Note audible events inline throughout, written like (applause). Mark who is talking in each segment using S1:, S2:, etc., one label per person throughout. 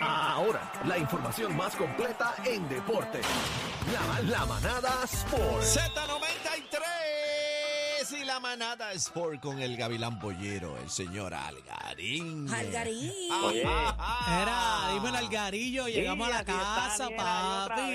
S1: Ahora, la información más completa en deporte. La, la manada Sports.
S2: Z93 y la manada Sport con el Gavilán Pollero, el señor Algarín. Ah,
S3: Algarín.
S4: Era, dime el algarillo, llegamos a la
S5: Ah. aquí está
S4: casa,
S5: Aniel ahí otra
S4: papi.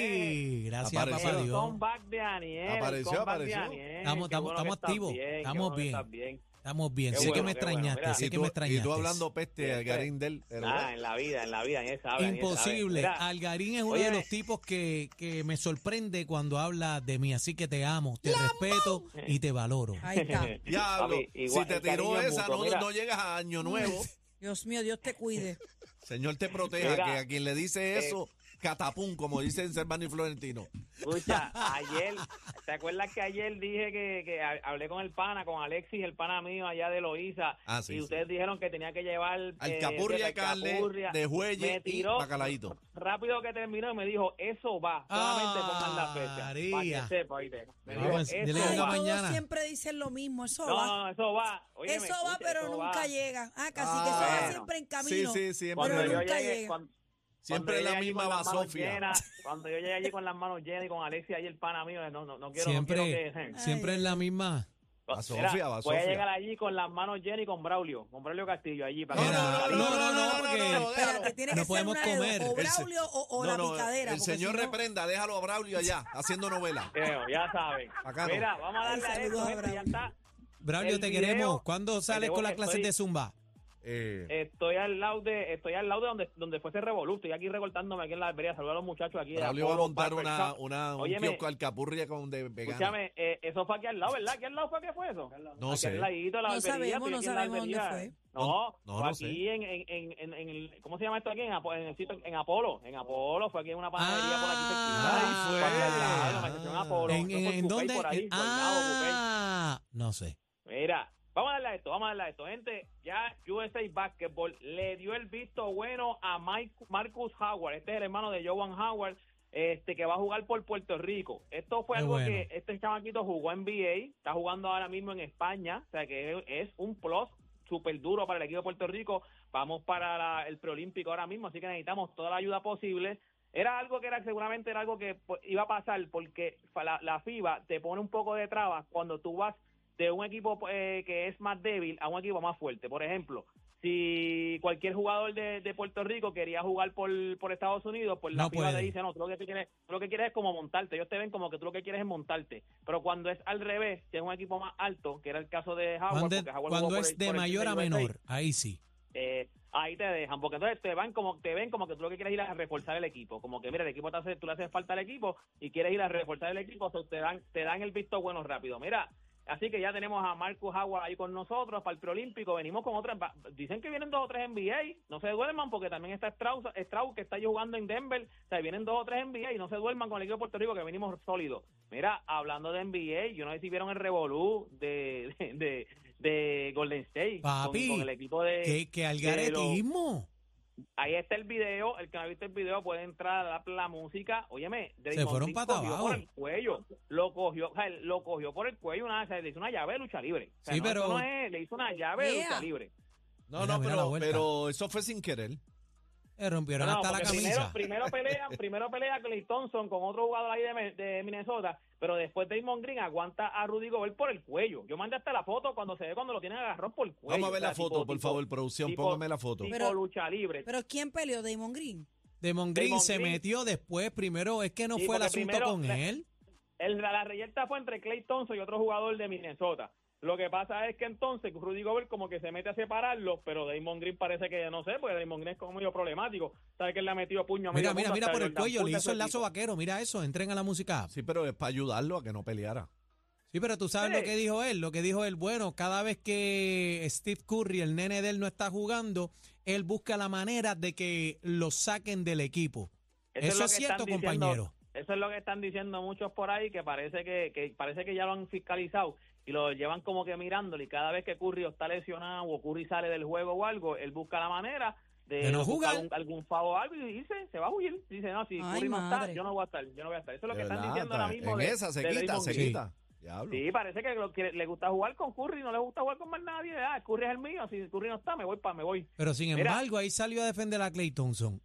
S5: vez.
S4: Gracias,
S2: Apareció.
S4: papá
S5: El
S4: Dios.
S5: comeback de Aniel. el
S2: Apareció,
S5: comeback de
S2: apareció.
S5: Aniel.
S4: Estamos-
S5: Qué
S4: estamos-
S5: bueno que
S4: estamos
S5: estás
S4: activos,
S5: qué
S4: estamos
S5: bueno que
S4: bien.
S5: estás bien.
S4: Estamos bien,
S5: Qué
S4: sé que
S5: bueno,
S4: me
S5: qué bueno.
S4: extrañaste,
S5: Mira,
S4: sé
S2: y,
S4: que
S2: tú,
S4: me
S2: y
S4: extrañaste.
S2: tú hablando peste de Algarín del. del-
S5: Ah, en la vida, en la vida, Aniel sabe. Aniel sabe.
S4: Imposible.
S5: Mira,
S4: Algarín es uno de
S5: óyeme.
S4: los tipos que, que me sorprende cuando habla de mí, así que te amo, te respeto y te valoro.
S3: Ahí
S5: (laughs)
S3: está.
S2: Diablo,
S5: Papi, igual,
S2: si te
S5: el cariño
S2: tiró
S5: es
S2: esa,
S5: mutuo,
S2: no,
S5: mira.
S2: no llegas a
S5: (laughs)
S2: Año Nuevo.
S3: Dios mío, Dios
S2: (laughs)
S3: te cuide.
S2: Señor, te proteja,
S5: Mira, eh,
S2: que a quien le dice eso, catapum, como dicen Servano y Florentino.
S5: Escucha, ayer, ¿te acuerdas que ayer dije que, que ha- hablé con el pana, con Alexis, el pana mío allá de Loíza?
S2: Ah, sí,
S5: y
S2: sí.
S5: ustedes dijeron que tenía que llevar... eh,
S2: Alcapurria,
S5: de
S2: carne,
S5: alcapurria.
S2: de juelle
S5: Me
S2: y
S5: tiró.
S2: bacalaíto.
S5: Rápido que terminó y me dijo, eso va, solamente pongan la fecha. Para
S4: María.
S5: que sepa, oíste. Me dijo,
S4: Vamos,
S5: eso
S4: dile que no
S5: va.
S3: todos
S4: mañana.
S3: siempre dicen lo mismo, eso
S5: No,
S3: va.
S5: no, eso va. Óyeme,
S3: eso va,
S5: escucha,
S3: pero
S5: eso
S3: nunca
S5: va.
S3: llega. Ah, casi que
S2: Ah,
S3: eso va
S5: bueno.
S3: siempre en camino.
S2: Sí, sí, siempre.
S5: Cuando
S3: Pero
S5: yo
S3: nunca
S5: llegué,
S3: llega.
S5: cuando-
S2: Siempre
S5: cuando
S2: la
S5: yo llegué
S2: misma
S5: allí con las manos
S2: basofia. (laughs)
S5: llenas, Cuando yo llegué allí con las manos llenas y con Alexia y el pana mío, no, no, no quiero, no
S4: Siempre,
S5: quiero que...
S4: siempre es la misma.
S2: Basofia,
S5: (laughs) Mira, Voy
S2: basofia.
S5: a llegar allí con las manos llenas y con Braulio, con Braulio Castillo allí. Para
S2: No,
S5: que-
S2: no, no, no, no, no,
S4: porque-
S2: no, no, déjalo.
S3: Espérate, tiene
S4: No
S3: que ser
S4: podemos
S3: una de dos,
S4: comer.
S3: o
S2: El se-
S3: Braulio o, o
S2: No,
S3: la
S2: no,
S3: picadera.
S2: El
S3: porque
S2: señor
S3: si no-
S2: reprenda, déjalo a Braulio allá, haciendo novela.
S5: Creo, ya saben.
S2: (laughs) Acá no.
S5: Mira, vamos a darle
S3: Ay,
S5: a
S3: saludos
S5: esto,
S3: a
S5: gente, ya está.
S4: Braulio,
S5: El
S4: te
S5: video,
S4: queremos. ¿Cuándo sales
S5: debo
S4: con las
S5: que
S4: clases
S5: estoy-
S4: de Zumba?
S2: Eh,
S5: Estoy al lado de, estoy al lado de donde, donde fue ese revolú. Estoy aquí recortándome aquí en la albería. Saludos a los muchachos aquí. de
S2: Braulio va a
S5: Apolo
S2: montar
S5: Barber
S2: una,
S5: Shop.
S2: una, un
S5: Óyeme,
S2: kiosco alcapurria con de vegana.
S5: Escúchame, eh, eso fue aquí al lado, ¿verdad? ¿Qué al lado fue que fue eso?
S2: No
S5: Aquí
S2: sé.
S5: al ladito, la
S3: No
S5: barbería,
S3: sabemos,
S5: estoy
S3: no
S5: aquí en la
S3: sabemos dónde
S5: barbería.
S3: fue.
S5: No,
S2: No, no
S5: fue
S2: lo
S5: aquí en, en, en, en, en el, ¿cómo se llama esto aquí? En, Apo- en el sitio, en Apolo, en Apolo, fue aquí en una panadería por aquí cerquita.
S4: Ah,
S5: fue aquí al lado, la
S2: ahí fue.
S5: manifestación Apolo.
S4: ¿En,
S5: Eso
S4: en,
S5: fue
S4: en
S5: Coupey
S4: dónde?
S5: por ahí,
S4: En-
S5: por el lado, Coupey.
S4: ah, no sé.
S5: Mira, vamos a darle a esto, vamos a darle a esto. Gente, ya USA Basketball le dio el visto bueno a Mike- Marcus Howard. Este es el hermano de Jovan Howard, este que va a jugar por Puerto Rico. Esto fue
S4: Qué
S5: algo
S4: bueno.
S5: que este chamaquito jugó en NBA, está jugando ahora mismo en España, o sea que es- es un plus súper duro para el equipo de Puerto Rico. Vamos para la- el preolímpico ahora mismo, así que necesitamos toda la ayuda posible. Era algo que era seguramente era algo que pues, iba a pasar porque fa- la, la FIBA te pone un poco de trabas cuando tú vas de un equipo eh, que es más débil a un equipo más fuerte. Por ejemplo, si cualquier jugador de, de Puerto Rico quería jugar por, por Estados Unidos, pues la
S4: No
S5: FIBA
S4: puede.
S5: te dice, no, tú lo que, tú quieres, tú lo que quieres es como montarte. Ellos te ven como que tú lo que quieres es montarte. Pero cuando es al revés, si es un equipo más alto, que era el caso de Howard,
S4: Cuando,
S5: porque Howard jugó
S4: cuando
S5: por
S4: es
S5: el-
S4: de
S5: por el
S4: mayor a
S5: USA,
S4: menor, ahí sí.
S5: eh, ahí te dejan, porque entonces te van como te ven como que tú lo que quieres ir a reforzar el equipo, como que mira, el equipo te hace, tú le haces falta al equipo y quieres ir a reforzar el equipo, o sea, te dan te dan el visto bueno rápido. Mira, así que ya tenemos a Marcus Howard ahí con nosotros para el preolímpico, venimos con otras, va- dicen que vienen dos o tres NBA, no se duerman porque también está Strauss, Strauss que está ahí jugando en Denver, o sea, vienen dos o tres NBA y no se duerman con el equipo de Puerto Rico que venimos sólidos. Mira, hablando de NBA, yo no sé si vieron el revolú de, (laughs) de, de- de Golden State con-
S4: Papi,
S5: con, el equipo de
S4: Que, que algaretismo.
S5: Ahí está el video, el que no ha visto el video puede entrar a la, la música. Óyeme, Draymond
S4: fueron
S5: Green
S4: pa'
S5: cogió
S4: abajo.
S5: por el cuello, lo cogió, o sea, lo cogió por el cuello una, o sea, le hizo una llave de lucha libre. O sea,
S4: Sí,
S5: no, eso
S4: pero-
S5: no es- le hizo una llave de
S3: Ea.
S5: lucha libre.
S2: No,
S4: Mira,
S2: no,
S4: mira la
S2: pero,
S4: vuelta.
S2: pero eso fue sin querer.
S4: Eh, rompieron
S5: No,
S4: hasta la
S5: porque
S4: camisa.
S5: Primero, primero pelea, (laughs) primero pelea Clay Thompson con otro jugador ahí de, Me- de Minnesota, pero después Draymond Green aguanta a Rudy Gobert por el cuello. Yo mandé hasta la foto cuando se ve cuando lo tienen agarrón por el cuello.
S2: Vamos a ver
S5: O sea,
S2: la foto,
S5: tipo-
S2: por
S5: tipo-
S2: favor, producción,
S5: tipo-
S2: póngame la foto.
S5: Tipo
S3: Pero-
S5: lucha libre.
S3: Pero ¿quién peleó? Damon Green.
S4: Demon Green
S5: Draymond
S4: se
S5: Green.
S4: metió después, primero, es que no
S5: Sí,
S4: fue el
S5: porque
S4: asunto
S5: primero-
S4: con él.
S5: El, la, la reyerta fue entre Clay Thompson y otro jugador de Minnesota. Lo que pasa es que entonces Rudy Gobert como que se mete a separarlo, pero Damon Green parece que no sé, porque Damon Green es como medio problemático. Sabe que él le ha metido puño a
S4: Mira,
S5: medio
S4: mira,
S5: mundo
S4: mira
S5: hasta
S4: por el
S5: Jordan
S4: cuello,
S5: Poole
S4: le
S5: de
S4: hizo
S5: su
S4: el lazo
S5: equipo.
S4: vaquero, mira eso, entren a la música.
S2: Sí, pero es para ayudarlo a que no peleara.
S4: Sí, pero tú sabes
S5: Sí.
S4: lo que dijo él, lo que dijo él, bueno, cada vez que Steve Curry, el nene de él, no está jugando, él busca la manera de que lo saquen del equipo. Eso
S5: lo
S4: es
S5: que
S4: cierto,
S5: están diciendo-
S4: compañero.
S5: Eso es lo que están diciendo muchos por ahí, que parece que, que parece que ya lo han fiscalizado y lo llevan como que mirándolo y cada vez que Curry o está lesionado o Curry sale del juego o algo, él busca la manera de,
S4: De no
S5: buscar
S4: jugar.
S5: un- algún favo o algo y dice, se va a huir. Dice, no, si
S3: Ay,
S5: Curry no está,
S3: madre.
S5: yo no voy a estar, yo no voy a estar. Eso es lo que
S2: De
S5: están
S2: verdad,
S5: diciendo ahora mismo.
S2: En
S5: de-
S2: esa se
S5: de
S2: quita,
S5: Draymond
S2: se
S5: Green.
S2: quita. Diablo.
S5: Sí, parece que, lo que le gusta jugar con Curry, no le gusta jugar con más nadie. Ah, Curry es el mío, si Curry no está, me voy para, me voy.
S4: Pero sin
S5: Mira.
S4: embargo, ahí salió a defender a Clay Thompson.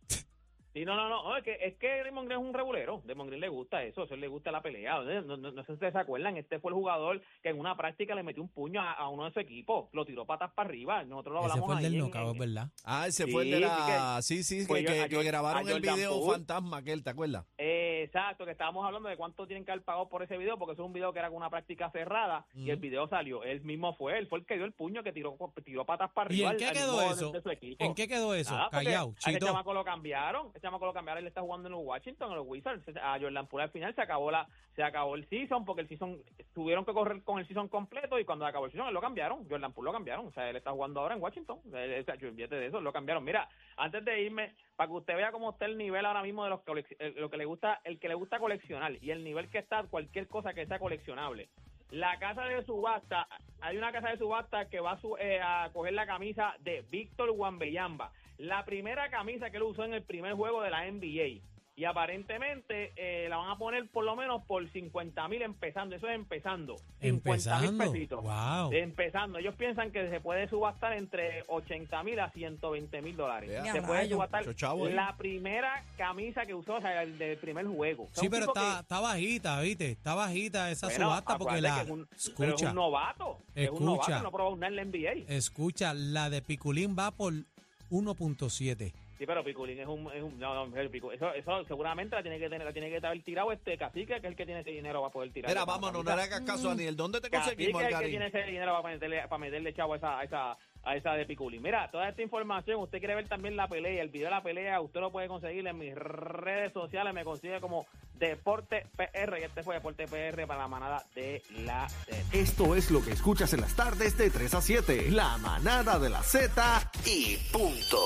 S5: Sí, no, no, no, no, es que, es que Draymond Green es un regulero, Draymond Green le gusta eso, eso le gusta la pelea, no, no- no- no sé si ustedes se acuerdan, este fue el jugador que en una práctica le metió un puño a, a uno de su equipo, lo tiró patas para arriba, nosotros lo
S4: Ese
S5: hablamos
S4: fue el
S5: ahí
S4: del
S5: en-
S4: knockout,
S5: en-
S4: ¿verdad?
S2: Ah, ese
S5: Sí,
S2: fue el de la. Sí, sí, que,
S5: fue yo-
S2: que-
S5: a-
S2: que grabaron
S5: a
S2: el
S5: Jordan
S2: video
S5: Poole.
S2: fantasma aquel, ¿te acuerdas?
S5: Eh, exacto, que estábamos hablando de cuánto tienen que haber pagado por ese video, porque eso es un video que era con una práctica cerrada y el video salió, él mismo fue, él fue el que dio el puño que tiró, tiró patas para
S4: ¿Y
S5: arriba.
S4: en
S5: al-
S4: qué
S5: al
S4: quedó
S5: mismo de-
S4: eso?
S5: de su equipo.
S4: ¿En qué quedó eso?
S5: Ah, porque
S4: Callao,
S5: a ese
S4: chito.
S5: chamaco lo cambiaron, ese chamaco lo cambiaron, él está jugando en los Washington, en los Wizards, a Jordan Poole al final se acabó la, se acabó el season, porque el season, tuvieron que correr con el season completo y cuando acabó el season él lo cambiaron, Jordan Poole lo cambiaron, o sea, él está jugando ahora en Washington, O sea, él- o sea, yo olvídate de eso, lo cambiaron. Mira, antes de irme, para que usted vea cómo está el nivel ahora mismo de los colec- eh, lo que le gusta, el que le gusta coleccionar y el nivel que está cualquier cosa que sea coleccionable. La casa de subasta, hay una casa de subasta que va a, su- eh, a coger la camisa de Víctor Wambeyamba. La primera camisa que él usó en el primer juego de la NBA. Y aparentemente eh, la van a poner por lo menos por 50 mil empezando. Eso es empezando. 50 mil
S4: Empezando.
S5: pesitos. Eh,
S4: Wow.
S5: Empezando. Ellos piensan que se puede subastar entre 80 mil a 120 mil dólares.
S2: Vea.
S5: Se
S3: Ya
S5: puede
S3: rayo.
S5: subastar
S2: Mucho chavo, ¿eh?
S5: la primera camisa que usó, o sea, el del primer juego. O sea,
S4: Sí,
S5: un
S4: pero
S5: tipo
S4: está,
S5: que-
S4: está bajita, ¿viste? Está bajita esa
S5: bueno,
S4: subasta porque la...
S5: acuérdate que es un- pero es
S4: escucha,
S5: un novato. Es un
S4: Escucha. Eh.
S5: novato, no ha probado nada en la NBA.
S4: escucha, la de Piculín va por 1.7.
S5: Sí, pero Piculín es un, es un- no, no, el Picu- eso, eso seguramente la tiene que tener, la tiene que haber tirado este cacique, que es el que tiene ese dinero va a poder tirar.
S2: Mira,
S5: esa
S2: vámonos, no
S5: camisa.
S2: le hagas caso a
S3: Mm.
S2: Daniel. ¿Dónde te
S5: Cacique es
S2: conseguimos,
S5: el que
S2: Algarín?
S5: tiene ese dinero para meterle, para meterle chavo a esa, a esa, a esa de Piculín. Mira, toda esta información, usted quiere ver también la pelea, el video de la pelea, usted lo puede conseguir en mis redes sociales, me consigue como Deporte PR, y este fue Deporte PR para la manada de la Z.
S1: Esto es lo que escuchas en las tardes de 3 a 7. La manada de la Z y punto.